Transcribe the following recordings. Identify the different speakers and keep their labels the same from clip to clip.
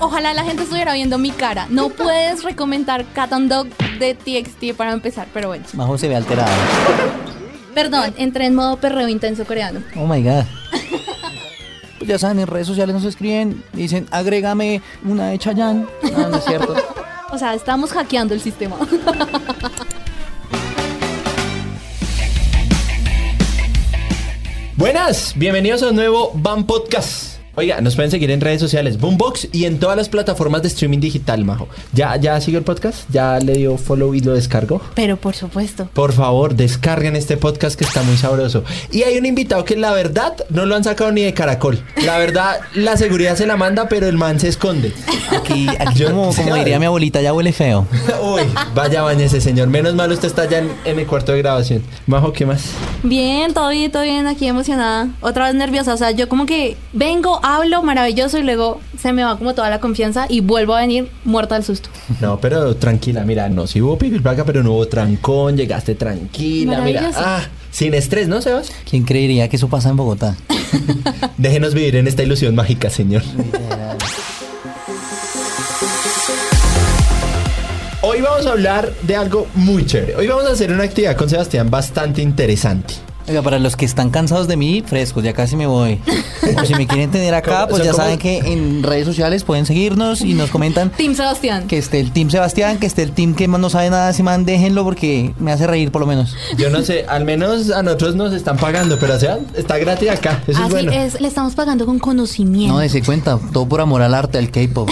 Speaker 1: ojalá la gente estuviera viendo mi cara. No puedes recomendar Cat on Dog de TXT para empezar, pero bueno.
Speaker 2: Majo se ve alterada.
Speaker 1: Perdón, entré en modo perreo intenso coreano.
Speaker 2: Oh my god. Pues ya saben, en redes sociales nos escriben, dicen, agrégame una de Chayanne. Ah, No, no es cierto.
Speaker 1: O sea, estamos hackeando el sistema.
Speaker 3: Buenas, bienvenidos a un nuevo BAM Podcast. Oiga, nos pueden seguir en redes sociales, Boombox y en todas las plataformas de streaming digital, majo. ¿Ya, ya siguió el podcast? ¿Ya le dio follow y lo descargó?
Speaker 1: Pero por supuesto.
Speaker 3: Por favor, descarguen este podcast que está muy sabroso. Y hay un invitado que la verdad no lo han sacado ni de caracol. La verdad, la seguridad se la manda, pero el man se esconde.
Speaker 2: Aquí, aquí
Speaker 3: Yo-
Speaker 2: como, como diría mi abuelita, ya huele feo.
Speaker 3: Uy, vaya bañese, señor. Menos mal usted está ya en, en el cuarto de grabación. Majo, ¿qué más?
Speaker 1: Bien, todo bien, todo bien, aquí emocionada. Otra vez nerviosa, o sea, yo como que vengo, hablo maravilloso y luego se me va como toda la confianza y vuelvo a venir muerta del susto.
Speaker 3: No, pero tranquila, mira, no, sí hubo pipilpaca, pero no hubo trancón, llegaste tranquila, mira.
Speaker 1: Maravilloso.
Speaker 3: Ah, sin estrés, ¿no, Sebas?
Speaker 2: ¿Quién creería que eso pasa en Bogotá?
Speaker 3: Déjenos vivir en esta ilusión mágica, señor. Hoy vamos a hablar de algo muy chévere. Hoy vamos a hacer una actividad con Sebastián bastante interesante.
Speaker 2: Oiga, para los que están cansados de mí, frescos, ya casi me voy. Por si me quieren tener acá,
Speaker 3: ¿Cómo?
Speaker 2: pues
Speaker 3: O sea,
Speaker 2: ya
Speaker 3: ¿cómo?
Speaker 2: saben que en redes sociales pueden seguirnos y nos comentan
Speaker 1: Team Sebastián.
Speaker 2: que esté el Team Sebastián, que esté el Team que más no sabe nada de ese man, déjenlo porque me hace reír por lo menos.
Speaker 3: Yo no sé, al menos a nosotros nos están pagando, pero o sea, está gratis acá. Eso
Speaker 1: Así
Speaker 3: es bueno.
Speaker 1: es, le estamos pagando con conocimiento.
Speaker 2: No, dese cuenta, todo por amor al arte, al K-pop.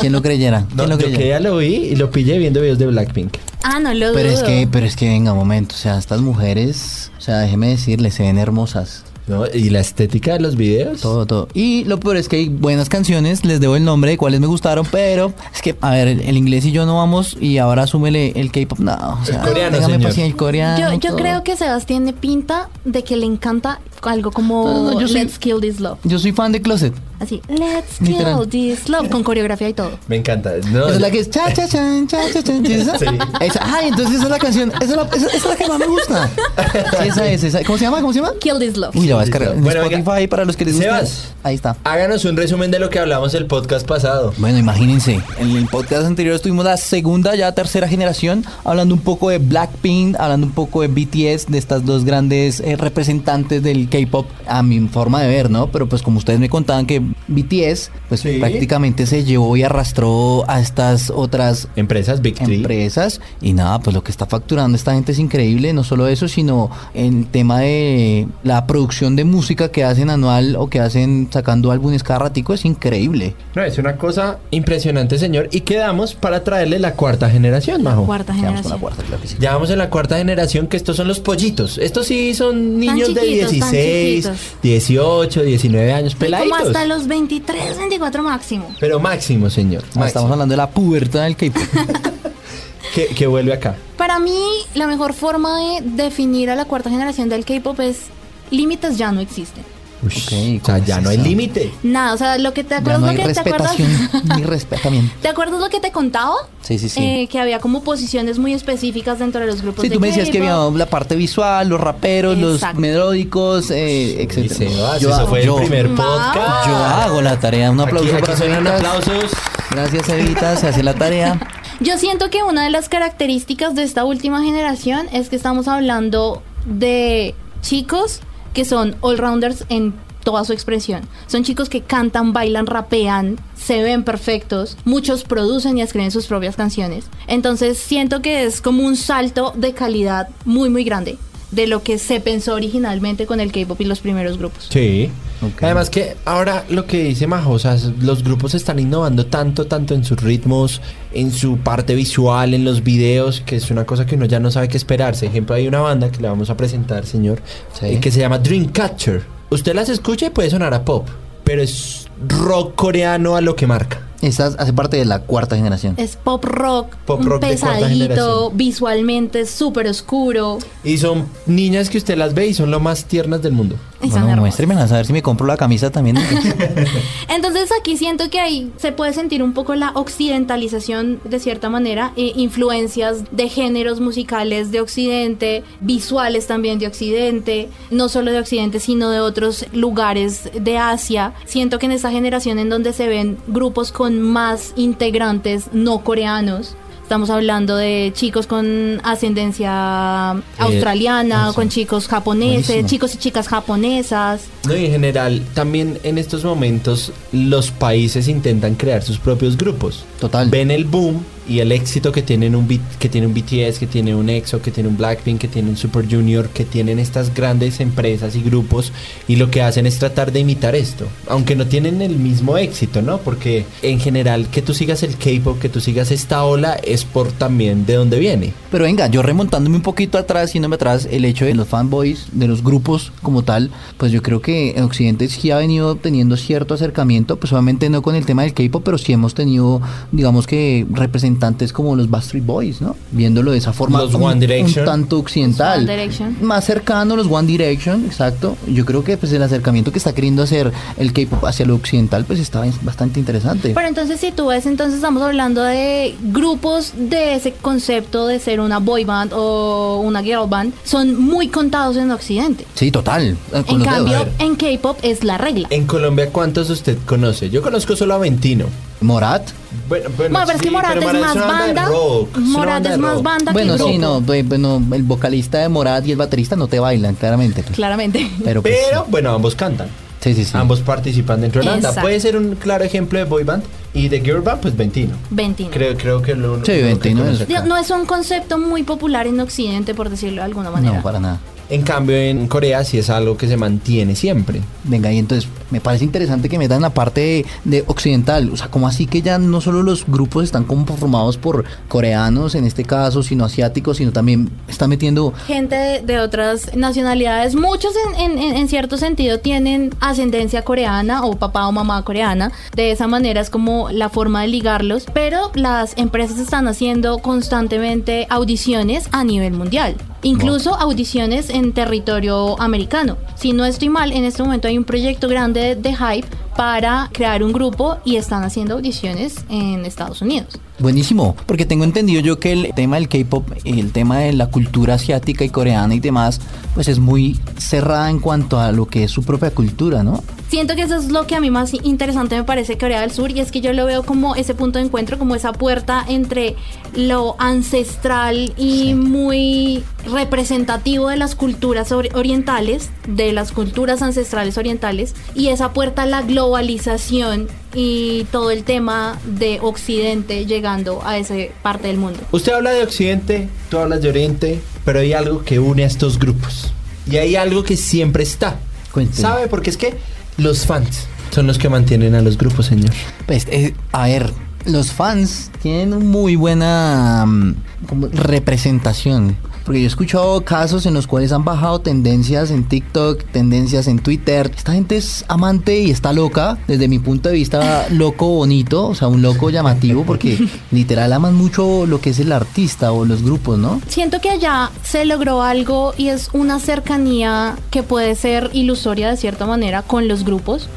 Speaker 2: ¿Quién lo creyera? ¿Quién
Speaker 3: No,
Speaker 2: lo
Speaker 3: yo
Speaker 2: creyera?
Speaker 3: que ya lo vi y lo pillé viendo videos de Blackpink.
Speaker 1: Ah, no lo
Speaker 2: Pero es
Speaker 1: dudo.
Speaker 2: que, pero es que venga, un momento, o sea, estas mujeres, o sea, déjeme decirles, se ven hermosas.
Speaker 3: ¿no? Y la estética de los videos.
Speaker 2: Todo, todo. Y lo peor es que hay buenas canciones, les debo el nombre de cuáles me gustaron, pero es que, a ver, el, el inglés y yo no vamos y ahora súmele el K-pop. No, o sea,
Speaker 3: coreano,
Speaker 2: téngame
Speaker 3: señor.
Speaker 2: paciencia, el coreano.
Speaker 1: Yo, yo
Speaker 2: todo.
Speaker 1: creo que Sebastián tiene pinta de que le encanta algo como
Speaker 2: No, no, yo soy-
Speaker 1: Let's Kill This Love.
Speaker 2: Yo soy fan de Closet.
Speaker 1: Así, Let's Kill
Speaker 2: Literal.
Speaker 1: This Love, con coreografía y todo.
Speaker 3: Me encanta. No,
Speaker 2: Esa es la que es cha cha chan, cha cha chan, ¿sí es esa?
Speaker 3: Sí.
Speaker 2: Esa- ay, entonces esa es la canción, esa es la, esa- esa es la que más me gusta. Sí, esa es, esa. ¿Cómo se llama? ¿Cómo se llama?
Speaker 1: Kill This Love.
Speaker 2: Uy, la va a descargar. en
Speaker 3: Bueno, venga.
Speaker 2: Spotify para los que les gusta.
Speaker 3: Sebas.
Speaker 2: Ahí está.
Speaker 3: Háganos un resumen de lo que hablamos el podcast pasado.
Speaker 2: Bueno, imagínense, en el podcast anterior estuvimos la segunda, ya tercera generación, hablando un poco de Blackpink, hablando un poco de BTS, de estas dos grandes eh, representantes del K-pop, a mi forma de ver, ¿no? Pero pues como ustedes me contaban que BTS, pues
Speaker 3: Sí.
Speaker 2: prácticamente se llevó y arrastró a estas otras
Speaker 3: Empresas Big Three.
Speaker 2: empresas y nada, pues lo que está facturando esta gente es increíble, no solo eso, sino el tema de la producción de música que hacen anual o que hacen sacando álbumes cada ratico es increíble.
Speaker 3: No, es una cosa impresionante, señor. Y quedamos para traerle la cuarta generación, Majo.
Speaker 1: Cuarta
Speaker 2: Quedamos
Speaker 1: generación.
Speaker 2: con la cuarta, claro que sí.
Speaker 3: Ya vamos en la cuarta generación, que estos son los pollitos. Estos sí son niños de
Speaker 1: chiquitos, tan
Speaker 3: 16,
Speaker 1: chiquitos.
Speaker 3: 18, 19 años,
Speaker 1: Como
Speaker 3: peladitos.
Speaker 1: hasta los 23, 24 máximo.
Speaker 3: Pero máximo, señor.
Speaker 2: Ah, estamos
Speaker 3: máximo.
Speaker 2: hablando de la pubertad del K-pop.
Speaker 3: Que, que vuelve acá.
Speaker 1: Para mí, la mejor forma de definir a la cuarta generación del K-pop es límites ya no existen.
Speaker 3: Ush,
Speaker 2: Ok,
Speaker 3: o sea,
Speaker 2: ¿cómo
Speaker 3: ya
Speaker 2: es
Speaker 3: no hay
Speaker 2: eso?
Speaker 3: límite.
Speaker 1: Nada, o sea, lo que te
Speaker 2: ya
Speaker 1: acuerdas
Speaker 2: no
Speaker 1: lo
Speaker 2: hay
Speaker 1: que te acuerdas.
Speaker 2: respetación ni respetamiento.
Speaker 1: ¿Te acuerdas lo que te contaba?
Speaker 2: Sí, sí, sí.
Speaker 1: Eh, que había como posiciones muy específicas dentro de los grupos
Speaker 2: Sí,
Speaker 1: de
Speaker 2: tú me decías que
Speaker 1: K-pop.
Speaker 2: había la parte visual, los raperos,
Speaker 1: Exacto.
Speaker 2: los melódicos, eh,
Speaker 3: Sí,
Speaker 2: etc.
Speaker 3: Sebas, eso fue
Speaker 2: yo-
Speaker 3: el primer
Speaker 1: Wow.
Speaker 3: podcast.
Speaker 2: yo hago la tarea. Un
Speaker 3: Aquí-
Speaker 2: aplauso
Speaker 3: aquí
Speaker 2: para
Speaker 3: suenan
Speaker 2: Evitas.
Speaker 3: aplausos.
Speaker 2: Gracias, Evita. Se hace la tarea.
Speaker 1: Yo siento que una de las características de esta última generación es que estamos hablando de chicos que son all-rounders en toda su expresión. Son chicos que cantan, bailan, rapean, se ven perfectos, muchos producen y escriben sus propias canciones. Entonces siento que es como un salto de calidad muy muy grande de lo que se pensó originalmente con el K-pop y los primeros grupos.
Speaker 3: Sí.
Speaker 2: Ok.
Speaker 3: Además que ahora lo que dice Majo, o sea, los grupos están innovando tanto, tanto en sus ritmos, en su parte visual, en los videos, que es una cosa que uno ya no sabe qué esperarse. Ejemplo, hay una banda que le vamos a presentar, señor,
Speaker 2: Sí.
Speaker 3: eh, que se llama Dreamcatcher. Usted las escucha y puede sonar a pop, pero es rock coreano a lo que marca.
Speaker 2: Estás, hace parte de la cuarta generación.
Speaker 1: Es pop rock,
Speaker 3: Pop
Speaker 1: un
Speaker 3: rock de cuarta
Speaker 1: pesadito,
Speaker 3: generación.
Speaker 1: visualmente súper oscuro.
Speaker 3: Y son niñas que usted las ve y son lo más tiernas del mundo.
Speaker 1: y son
Speaker 2: Bueno,
Speaker 1: hermosos.
Speaker 2: muéstremela, a ver si me compro la camisa también.
Speaker 1: Entonces aquí siento que ahí se puede sentir un poco la occidentalización de cierta manera, e influencias de géneros musicales de Occidente, visuales también de Occidente, no solo de Occidente sino de otros lugares de Asia. Siento que en esta generación en donde se ven grupos con más integrantes no coreanos, Estamos hablando de chicos con ascendencia australiana,
Speaker 3: eso.
Speaker 1: con chicos japoneses,
Speaker 2: Buenísimo.
Speaker 1: chicos y chicas japonesas.
Speaker 3: No, y en general, también en estos momentos los países intentan crear sus propios grupos.
Speaker 2: Total.
Speaker 3: Ven el boom y el éxito que tienen un B- que tiene un BTS, que tiene un EXO, que tiene un Blackpink, que tiene un Super Junior, que tienen estas grandes empresas y grupos y lo que hacen es tratar de imitar esto, aunque no tienen el mismo éxito, ¿no? Porque en general que tú sigas el K-pop, que tú sigas esta ola es por también de dónde viene.
Speaker 2: Pero venga, yo remontándome un poquito atrás, yéndome atrás, el hecho de los fanboys, de los grupos como tal, pues yo creo que en Occidente sí ha venido teniendo cierto acercamiento, pues obviamente no con el tema del K-pop, pero sí hemos tenido, digamos que representantes como los Backstreet Boys, ¿no? Viéndolo de esa forma
Speaker 3: Los
Speaker 2: un-
Speaker 3: One Direction.
Speaker 2: un tanto occidental.
Speaker 1: Los One Direction.
Speaker 2: Más cercano a los One Direction, exacto. Yo creo que pues el acercamiento que está queriendo hacer el K-pop hacia lo occidental, pues está bastante interesante.
Speaker 1: Pero entonces si tú ves, entonces estamos hablando de grupos de ese concepto de ser una boy band o una girl band, son muy contados en Occidente.
Speaker 2: Sí, total. eh, con
Speaker 1: En
Speaker 2: los dedos.
Speaker 1: cambio, en K-pop es la regla.
Speaker 3: En Colombia, ¿cuántos usted conoce? Yo conozco solo a Ventino.
Speaker 2: Morat.
Speaker 3: Bueno,
Speaker 1: Bueno, pero es que
Speaker 3: sí,
Speaker 1: Morat
Speaker 3: pero
Speaker 1: es
Speaker 3: Morat
Speaker 1: más
Speaker 3: una banda
Speaker 1: banda.
Speaker 3: de rock, es una
Speaker 1: Morat
Speaker 3: banda
Speaker 1: es
Speaker 3: de
Speaker 1: más
Speaker 3: rock.
Speaker 1: banda que
Speaker 2: Bueno, sí,
Speaker 1: rock,
Speaker 2: no, pues, bueno, el vocalista de Morad y el baterista no te bailan, claramente. pues.
Speaker 1: Claramente.
Speaker 2: Pero, pues,
Speaker 3: Pero bueno, ambos cantan.
Speaker 2: sí, sí, sí.
Speaker 3: Ambos participan dentro de la banda.
Speaker 1: Exacto.
Speaker 3: Puede ser un claro ejemplo de boy band y de girl band, pues Ventino.
Speaker 1: Ventino.
Speaker 3: Creo, creo que lo
Speaker 2: Sí,
Speaker 3: lo que
Speaker 2: Ventino es-
Speaker 3: conoce acá.
Speaker 1: Digo, No es un concepto muy popular en Occidente, por decirlo de alguna manera.
Speaker 2: No, para nada.
Speaker 3: En cambio, en Corea sí es algo que se mantiene siempre.
Speaker 2: Venga, y entonces me parece interesante que metan la parte de, de occidental. O sea, como así que ya no solo los grupos están conformados por coreanos en este caso, sino asiáticos, sino también están metiendo.
Speaker 1: gente de, de otras nacionalidades, muchos en, en- en- en cierto sentido tienen ascendencia coreana o papá o mamá coreana, de esa manera es como la forma de ligarlos, pero las empresas están haciendo constantemente audiciones a nivel mundial, incluso audiciones en territorio americano. Si no estoy mal, en este momento hay un proyecto grande de, de hype para crear un grupo y están haciendo audiciones en Estados Unidos.
Speaker 2: Buenísimo, porque tengo entendido yo que el tema del K-pop, el tema de la cultura asiática y coreana y demás, pues es muy cerrada en cuanto a lo que es su propia cultura, ¿no?
Speaker 1: Siento que eso es lo que a mí más interesante me parece Corea del Sur y es que yo lo veo como ese punto de encuentro, como esa puerta entre lo ancestral y muy representativo de las culturas ori- orientales, de las culturas ancestrales orientales y esa puerta a la globalización y todo el tema de Occidente llegando a esa parte del mundo.
Speaker 3: Usted habla de Occidente, tú hablas de Oriente, pero hay algo que une a estos grupos. Y hay algo que siempre está.
Speaker 2: Cuénteme.
Speaker 3: ¿Sabe? Porque es que los fans son los que mantienen a los grupos, señor.
Speaker 2: Pues, eh, a ver, los fans tienen muy buena mm, como representación. Porque yo he escuchado casos en los cuales han bajado tendencias en TikTok, tendencias en Twitter. Esta gente es amante y está loca, desde mi punto de vista, loco bonito, o sea, un loco llamativo, porque literal aman mucho lo que es el artista o los grupos, ¿no?
Speaker 1: Siento que allá se logró algo y es una cercanía que puede ser ilusoria de cierta manera con los grupos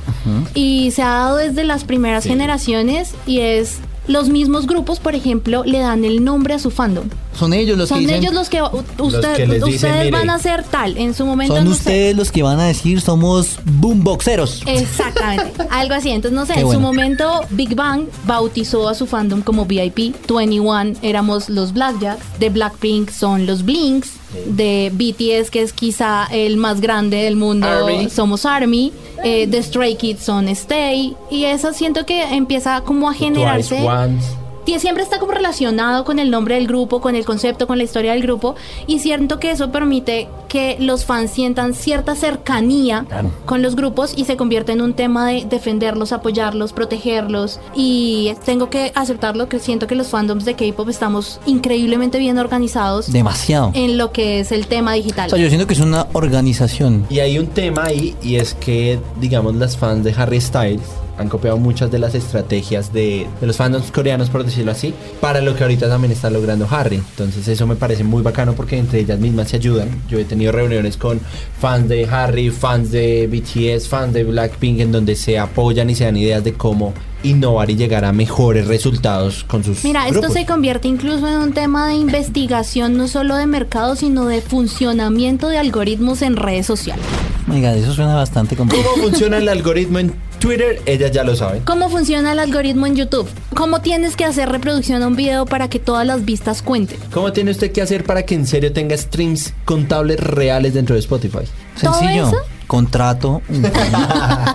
Speaker 1: y se ha dado desde las primeras generaciones y es los mismos grupos, por ejemplo, le dan el nombre a su fandom.
Speaker 2: Son ellos los
Speaker 1: Son
Speaker 2: que dicen,
Speaker 1: ellos los que, u- usted-
Speaker 3: que les dicen,
Speaker 1: ustedes
Speaker 3: "Mire".
Speaker 1: van a ser tal en su momento.
Speaker 2: son
Speaker 1: no sé.
Speaker 2: ustedes los que van a decir somos boomboxeros.
Speaker 1: Eh, Exactamente, algo así. Entonces, no sé,
Speaker 2: Qué
Speaker 1: en
Speaker 2: bueno.
Speaker 1: su momento Big Bang bautizó a su fandom como VIP. 21 éramos los Blackjacks, de Blackpink son los Blinks, de BTS, que es quizá el más grande del mundo,
Speaker 3: Army.
Speaker 1: somos ARMY, eh, de Stray Kids son Stay, y eso siento que empieza como a generarse...
Speaker 3: Twice, Once.
Speaker 1: Tie- siempre está como relacionado con el nombre del grupo, con el concepto, con la historia del grupo y siento que eso permite que los fans sientan cierta cercanía
Speaker 2: Claro.
Speaker 1: con los grupos y se convierte en un tema de defenderlos, apoyarlos, protegerlos y tengo que aceptarlo que siento que los fandoms de K-pop estamos increíblemente bien organizados
Speaker 2: Demasiado.
Speaker 1: en lo que es el tema digital.
Speaker 2: O sea, yo siento que es una organización.
Speaker 3: Y hay un tema ahí y es que, digamos, las fans de Harry Styles Han copiado muchas de las estrategias de, de los fandoms coreanos, por decirlo así, para lo que ahorita también está logrando Harry. Entonces eso me parece muy bacano porque entre ellas mismas se ayudan. Yo he tenido reuniones con fans de Harry, fans de BTS, fans de Blackpink, en donde se apoyan y se dan ideas de cómo innovar y llegar a mejores resultados con sus
Speaker 1: Mira, esto
Speaker 3: grupos.
Speaker 1: se convierte incluso en un tema de investigación, no solo de mercado, sino de funcionamiento de algoritmos en redes sociales.
Speaker 2: Oiga, eso suena bastante complejo.
Speaker 3: ¿Cómo funciona el algoritmo en Twitter? Ellas ya lo saben.
Speaker 1: ¿Cómo funciona el algoritmo en YouTube? ¿Cómo tienes que hacer reproducción a un video para que todas las vistas cuenten?
Speaker 3: ¿Cómo tiene usted que hacer para que en serio tenga streams contables reales dentro de Spotify?
Speaker 1: ¿Todo
Speaker 2: Sencillo.
Speaker 1: eso?
Speaker 2: Contrato, un,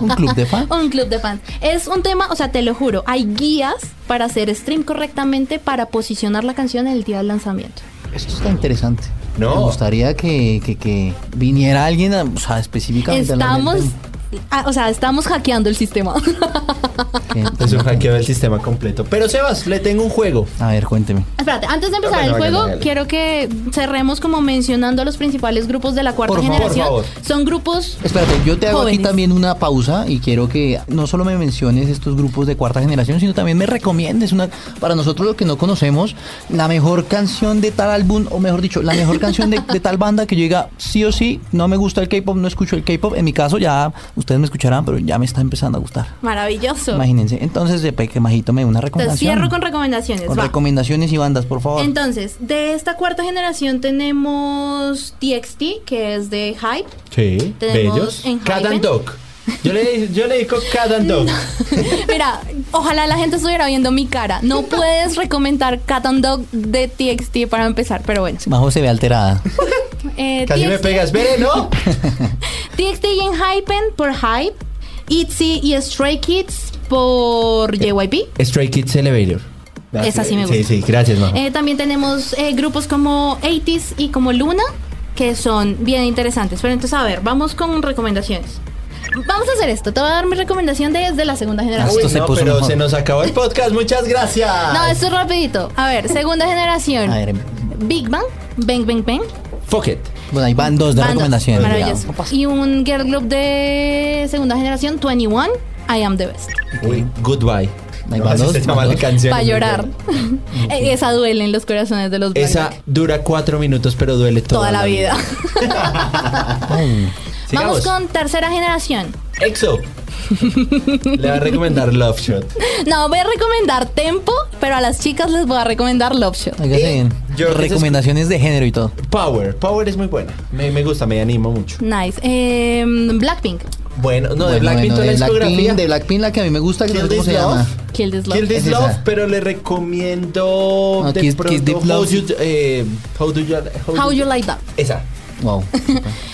Speaker 2: un club de fan.
Speaker 1: Un club de fans. Es un tema, o sea, te lo juro, hay guías para hacer stream correctamente para posicionar la canción el día del lanzamiento.
Speaker 2: Esto está interesante.
Speaker 3: No.
Speaker 2: Me gustaría que, que- que viniera alguien, a- o sea, específicamente. a hablar del
Speaker 1: Estamos, ah, o sea, estamos hackeando el sistema.
Speaker 2: tema. Que-
Speaker 3: Es un hackeo del sistema completo. Pero Sebas, le tengo un juego.
Speaker 2: A ver, cuénteme.
Speaker 1: Espérate, antes de empezar
Speaker 2: Ah,
Speaker 3: Bueno,
Speaker 1: el
Speaker 3: hágale,
Speaker 1: juego,
Speaker 3: hágale.
Speaker 1: quiero que cerremos como mencionando a los principales grupos de la cuarta
Speaker 2: Por favor,
Speaker 1: generación.
Speaker 3: por favor.
Speaker 1: Son grupos
Speaker 2: Espérate, yo te hago aquí
Speaker 1: Jóvenes.
Speaker 2: también una pausa y quiero que no solo me menciones estos grupos de cuarta generación, sino también me recomiendes una, para nosotros los que no conocemos, la mejor canción de tal álbum, o mejor dicho, la mejor canción de, de tal banda que yo diga, sí o sí, no me gusta el K-pop, no escucho el K-pop. En mi caso, ya ustedes me escucharán, pero ya me está empezando a gustar.
Speaker 1: maravillosos.
Speaker 2: Imagínense. Entonces, de que Majito me dé una
Speaker 1: Entonces,
Speaker 2: recomendación.
Speaker 1: cierro con recomendaciones.
Speaker 2: Con
Speaker 1: va.
Speaker 2: recomendaciones y bandas, por favor.
Speaker 1: Entonces, de esta cuarta generación tenemos TXT, que es de Hype.
Speaker 3: Sí,
Speaker 1: Tenemos
Speaker 3: bellos.
Speaker 1: en
Speaker 3: Cat and
Speaker 1: Hypen.
Speaker 3: Dog. Yo le, yo le digo Cat and Dog.
Speaker 1: Mira, ojalá la gente estuviera viendo mi cara. No puedes recomendar Cat and Dog de TXT para empezar, pero bueno.
Speaker 2: Majo se ve alterada.
Speaker 1: Eh,
Speaker 3: Casi me
Speaker 1: TXT
Speaker 3: pegas. Veré, ¿no?
Speaker 1: TXT y Enhypen por Hype, ITZY y Stray Kids por JYP.
Speaker 3: Stray Kids Elevator.
Speaker 1: Esa sí me gusta.
Speaker 3: Sí, sí, gracias, Majo.
Speaker 1: Eh, también tenemos eh, grupos como 80s y como Luna, que son bien interesantes. Pero entonces, a ver, vamos con recomendaciones. Vamos a hacer esto. Te voy a dar mi recomendación desde la segunda generación.
Speaker 3: Uy,
Speaker 2: esto se
Speaker 3: no,
Speaker 2: puso
Speaker 3: pero
Speaker 2: mejor.
Speaker 3: se nos acabó el podcast. Muchas gracias.
Speaker 1: No, esto es rapidito. A ver, segunda generación.
Speaker 2: A ver, em,
Speaker 1: Big Bang, Bang Bang Bang.
Speaker 3: Fuck it.
Speaker 2: bueno, ahí van dos de
Speaker 1: Bandos,
Speaker 2: recomendaciones.
Speaker 1: Maravilloso.
Speaker 2: Cuidado.
Speaker 1: Y un girl group de segunda generación, 21, I Am The Best.
Speaker 3: Uy, goodbye.
Speaker 2: Ahí
Speaker 3: No,
Speaker 2: van
Speaker 3: así
Speaker 2: dos,
Speaker 3: se llama
Speaker 2: van
Speaker 3: la
Speaker 2: dos.
Speaker 3: canción.
Speaker 1: Para llorar. Eh, Esa duele en los corazones de los
Speaker 3: Mm, Esa
Speaker 1: Blackpink.
Speaker 3: dura cuatro minutos, pero duele toda,
Speaker 1: toda la vida.
Speaker 2: Ay.
Speaker 1: Vamos
Speaker 3: Sigamos.
Speaker 1: con tercera generación.
Speaker 3: EXO. Le voy a recomendar Love Shot.
Speaker 1: No, voy a recomendar Tempo, pero a las chicas les voy a recomendar Love Shot.
Speaker 2: Oiga,
Speaker 3: Y
Speaker 2: se ven.
Speaker 3: yo-
Speaker 2: recomendaciones de género y todo.
Speaker 3: Power. Power es muy buena. Me, me gusta, me anima mucho.
Speaker 1: Nice. Em, Blackpink,
Speaker 3: Bueno, no,
Speaker 2: Bueno,
Speaker 3: de
Speaker 2: bueno,
Speaker 3: Blackpink toda la
Speaker 2: de
Speaker 3: discografía.
Speaker 2: Blackpink, de Blackpink la que a mí me gusta, que no sé
Speaker 3: Kill
Speaker 2: cómo
Speaker 3: This
Speaker 2: se llama.
Speaker 3: Love.
Speaker 1: Kill This Love.
Speaker 3: Kill This
Speaker 2: Es
Speaker 3: Love,
Speaker 2: esa.
Speaker 3: pero le recomiendo
Speaker 2: No,
Speaker 3: de
Speaker 2: Kiss-
Speaker 3: pronto
Speaker 2: Kiss Deep
Speaker 3: How
Speaker 2: Love.
Speaker 3: You, eh, how do you, how
Speaker 1: How
Speaker 3: do
Speaker 1: You Like That.
Speaker 3: Esa.
Speaker 2: Wow.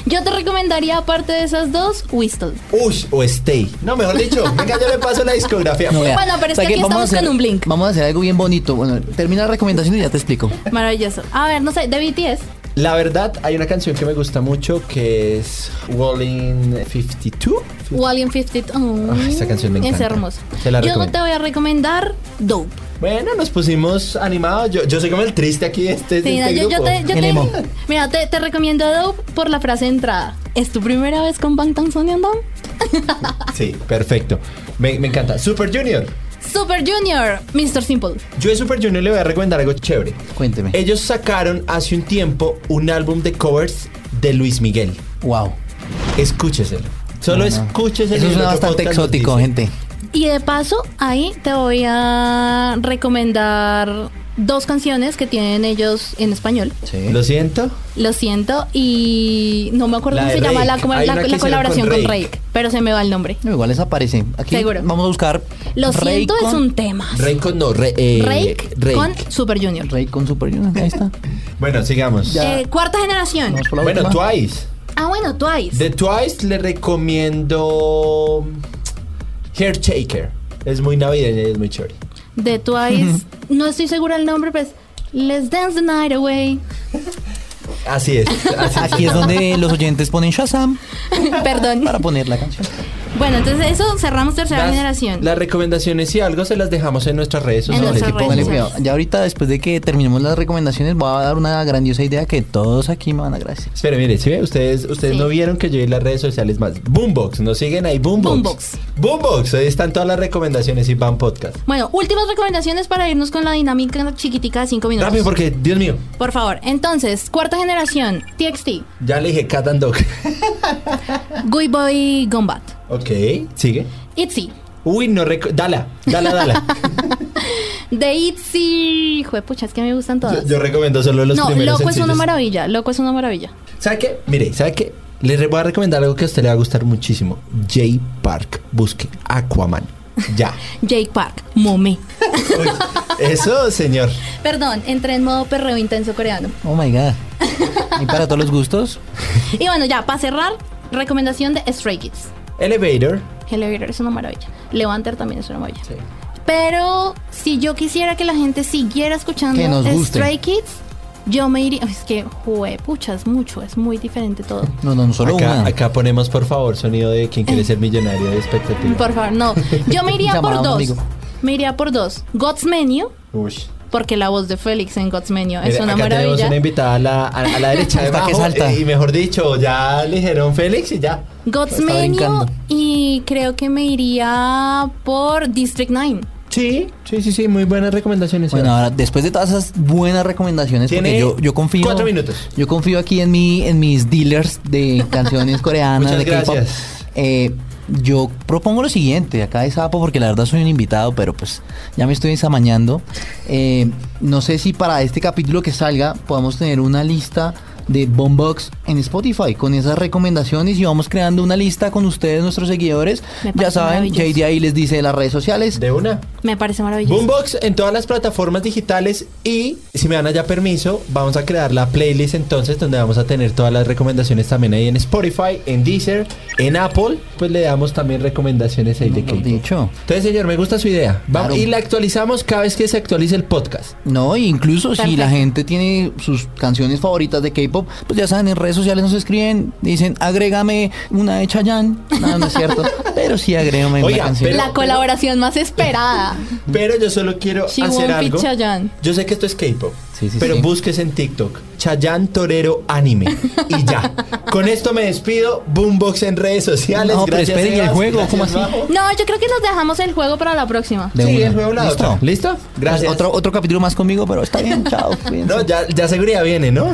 Speaker 1: Yo te recomendaría, aparte de esas dos, Whistle.
Speaker 3: Ush o Stay. No, mejor dicho. Venga, yo le paso la discografía.
Speaker 2: No, vea.
Speaker 1: Bueno, pero es
Speaker 2: O sea
Speaker 1: que aquí
Speaker 2: vamos a
Speaker 1: estamos
Speaker 2: hacer-
Speaker 1: con un blink.
Speaker 2: Vamos a hacer algo bien bonito. Bueno, termina la recomendación y ya te explico.
Speaker 1: Maravilloso. A ver, no sé, de BTS.
Speaker 3: La verdad, hay una canción que me gusta mucho que es Walling 52.
Speaker 1: Wallian 50. Oh,
Speaker 3: Ay, esta canción me
Speaker 1: Es
Speaker 3: encanta.
Speaker 1: hermosa.
Speaker 3: Se la
Speaker 1: Yo
Speaker 3: recomiendo.
Speaker 1: te voy a recomendar Dope.
Speaker 3: Bueno, nos pusimos animados. Yo, yo soy como el triste aquí de este, de
Speaker 1: Sí, no,
Speaker 3: este
Speaker 1: yo, yo
Speaker 3: grupo.
Speaker 1: te, yo
Speaker 2: El
Speaker 1: te-
Speaker 2: emo.
Speaker 1: mira, te, te recomiendo Dope por la frase de entrada. ¿Es tu primera vez con Bangtan Sonyeondan?
Speaker 3: Sí, perfecto. Me, me encanta. Super Junior.
Speaker 1: Super Junior, Mr. Simple.
Speaker 3: Yo de Super Junior le voy a recomendar algo chévere.
Speaker 2: Cuénteme.
Speaker 3: Ellos sacaron hace un tiempo un álbum de covers de Luis Miguel.
Speaker 2: Wow.
Speaker 3: Escúcheselo.
Speaker 2: No, no.
Speaker 3: Solo escúcheselo.
Speaker 2: Eso
Speaker 3: y el
Speaker 2: suena
Speaker 3: otro
Speaker 2: bastante
Speaker 3: podcast nos
Speaker 2: exótico,
Speaker 3: dice.
Speaker 2: gente.
Speaker 1: Y de paso, ahí te voy a recomendar dos canciones que tienen ellos en español.
Speaker 2: Sí.
Speaker 3: Lo siento.
Speaker 1: Lo siento y no me acuerdo
Speaker 3: La
Speaker 1: cómo
Speaker 3: de
Speaker 1: se llama la,
Speaker 3: Reik.
Speaker 1: como
Speaker 3: Hay
Speaker 1: la-
Speaker 3: una que
Speaker 1: la
Speaker 3: hicieron
Speaker 1: colaboración
Speaker 3: con
Speaker 1: con
Speaker 3: Reik.
Speaker 1: Reik, pero se me va el nombre.
Speaker 2: No, igual les aparece. Aquí
Speaker 1: Seguro.
Speaker 2: vamos a buscar.
Speaker 1: Lo siento
Speaker 2: Rey
Speaker 1: es
Speaker 2: con-
Speaker 1: un tema.
Speaker 3: Rey con no. Re, eh,
Speaker 1: Reik,
Speaker 3: Rey.
Speaker 1: con Super Junior.
Speaker 2: Rey con Super Junior. Ahí está.
Speaker 3: Bueno, sigamos.
Speaker 2: Ya.
Speaker 1: Eh, cuarta generación.
Speaker 2: Vamos por la
Speaker 3: Bueno,
Speaker 2: última.
Speaker 3: Twice.
Speaker 1: Ah, bueno, Twice.
Speaker 3: De Twice le recomiendo Hair Shaker. Es muy navideña y es muy chévere.
Speaker 1: De Twice. no estoy segura el nombre, pero es Let's Dance the Night Away.
Speaker 3: Así es. así se
Speaker 2: Aquí es
Speaker 3: llama.
Speaker 2: donde los oyentes ponen Shazam
Speaker 1: Perdón.
Speaker 2: para poner la canción.
Speaker 1: Bueno, entonces eso cerramos tercera
Speaker 3: Las-
Speaker 1: generación.
Speaker 3: Las recomendaciones, si algo, se las dejamos en nuestras redes
Speaker 1: En
Speaker 3: sociales.
Speaker 1: nuestras
Speaker 3: y
Speaker 1: redes
Speaker 2: Póngale
Speaker 3: pónganle
Speaker 1: sociales.
Speaker 2: cuidado. Ya ahorita, después de que terminemos las recomendaciones, voy a dar una grandiosa idea que todos aquí me van a agradecer.
Speaker 3: Espera, mire, ¿sí ve? ustedes, ustedes
Speaker 1: Sí.
Speaker 3: no vieron que yo vi las redes sociales más. Boombox, nos siguen ahí, Boombox.
Speaker 1: Boombox.
Speaker 3: Boombox, ahí están todas las recomendaciones y van podcast.
Speaker 1: Bueno, últimas recomendaciones para irnos con la dinámica chiquitica de 5 minutos.
Speaker 3: Rápido, porque, Dios mío,
Speaker 1: Por favor, entonces, cuarta generación, TXT,
Speaker 3: ya le dije Cat and Dog.
Speaker 1: Good Boy Gombat,
Speaker 3: ok, sigue.
Speaker 1: Itzy,
Speaker 3: Uy, no reco... Dala, dala, dala.
Speaker 1: The Itzy, juepucha, es que me gustan
Speaker 3: yo,
Speaker 1: todas.
Speaker 3: yo recomiendo solo los
Speaker 1: no, Loco
Speaker 3: primeros
Speaker 1: es una
Speaker 3: sencillos.
Speaker 1: maravilla, Loco es una maravilla.
Speaker 3: ¿Sabe qué? Mire, ¿sabe qué? Les re- voy a recomendar algo que a usted le va a gustar muchísimo. Jay Park, busque Aquaman. Ya.
Speaker 1: Jake Park, Momé.
Speaker 3: Uy, eso, señor.
Speaker 1: Perdón, entré en modo perreo intenso coreano.
Speaker 2: Oh my god. Y para todos los gustos,
Speaker 1: Y bueno, ya, para cerrar, recomendación de Stray Kids.
Speaker 3: Elevator.
Speaker 1: Elevator es una maravilla. Levanter también es una maravilla. Pero si yo quisiera que la gente siguiera escuchando
Speaker 2: Que nos guste.
Speaker 1: Stray Kids, yo me iría. Es que, pucha, es mucho, es muy diferente todo.
Speaker 2: no, no, no solo
Speaker 3: Acá,
Speaker 2: una.
Speaker 3: acá ponemos, por favor, sonido de quien quiere ser millonario de expectativa.
Speaker 1: Eh. Por favor, no. Yo me iría por
Speaker 2: Llamado
Speaker 1: dos.
Speaker 2: ombligo.
Speaker 1: Me iría por dos. God's Menu,
Speaker 3: Uy.
Speaker 1: porque la voz de Félix en God's Menu es
Speaker 3: Mire,
Speaker 1: una
Speaker 3: acá tenemos
Speaker 1: maravilla.
Speaker 3: una invitada a la, a, a la derecha de
Speaker 2: Hasta
Speaker 3: abajo,
Speaker 2: que salta.
Speaker 3: eh, Y mejor dicho, ya le dijeron Félix y ya.
Speaker 1: God's
Speaker 2: em- Está
Speaker 1: Menu
Speaker 2: brincando.
Speaker 1: y creo que me iría por District 9.
Speaker 3: Sí, sí, sí, sí, muy buenas recomendaciones.
Speaker 2: Bueno,
Speaker 3: señor.
Speaker 2: ahora, después de todas esas buenas recomendaciones, porque
Speaker 3: Tiene
Speaker 2: yo, yo confío.
Speaker 3: cuatro minutos.
Speaker 2: Yo confío aquí en mi, en mis dealers de canciones coreanas,
Speaker 3: Muchas
Speaker 2: de K-pop.
Speaker 3: gracias.
Speaker 2: Eh, yo propongo lo siguiente, acá de Sapo, porque la verdad soy un invitado, pero pues ya me estoy desamañando. Eh, no sé si para este capítulo que salga podamos tener una lista de Bombox en Spotify con esas recomendaciones y vamos creando una lista con ustedes, nuestros seguidores.
Speaker 1: Me
Speaker 2: Ya
Speaker 1: parece
Speaker 2: saben,
Speaker 1: maravilloso.
Speaker 2: JD ahí les dice las redes sociales.
Speaker 3: de una.
Speaker 1: Me parece maravilloso.
Speaker 3: Boombox en todas las plataformas digitales y si me dan allá permiso, vamos a crear la playlist entonces donde vamos a tener todas las recomendaciones también ahí en Spotify, en Deezer, en Apple, pues le damos también recomendaciones ahí de
Speaker 2: Mejor
Speaker 3: K-pop.
Speaker 2: dicho.
Speaker 3: Entonces, señor, me gusta su idea. Vamos,
Speaker 2: Claro.
Speaker 3: Y la actualizamos cada vez que se actualice el podcast.
Speaker 2: No, e incluso si la
Speaker 1: Perfecto.
Speaker 2: gente tiene sus canciones favoritas de K-pop, pues ya saben, en redes sociales nos escriben, dicen, agrégame una de Chayanne. No, no es cierto, pero sí agrégame
Speaker 3: Oiga,
Speaker 2: una canción.
Speaker 3: pero-
Speaker 1: la colaboración más esperada.
Speaker 3: Pero yo solo quiero
Speaker 1: She
Speaker 3: hacer
Speaker 1: won't be
Speaker 3: algo.
Speaker 1: Chayanne.
Speaker 3: Yo sé que esto es K-pop,
Speaker 2: Sí, sí,
Speaker 3: pero
Speaker 2: sí.
Speaker 3: busques en TikTok Chayan Torero Anime y ya. Con esto me despido. Boombox en redes sociales.
Speaker 2: No, pero
Speaker 3: Gracias,
Speaker 2: esperen, ¿y el
Speaker 3: Sebas.
Speaker 2: juego?
Speaker 3: Gracias,
Speaker 2: ¿Cómo así?
Speaker 3: Majo.
Speaker 1: No, yo creo que nos dejamos el juego para la próxima.
Speaker 2: De
Speaker 3: sí,
Speaker 2: una.
Speaker 3: el juego la
Speaker 2: ¿Listo?
Speaker 3: otra. ¿Listo? Gracias.
Speaker 2: Otro, otro capítulo más conmigo, pero está bien, chao. cuídense.
Speaker 3: No, ya, ya seguridad viene, ¿no?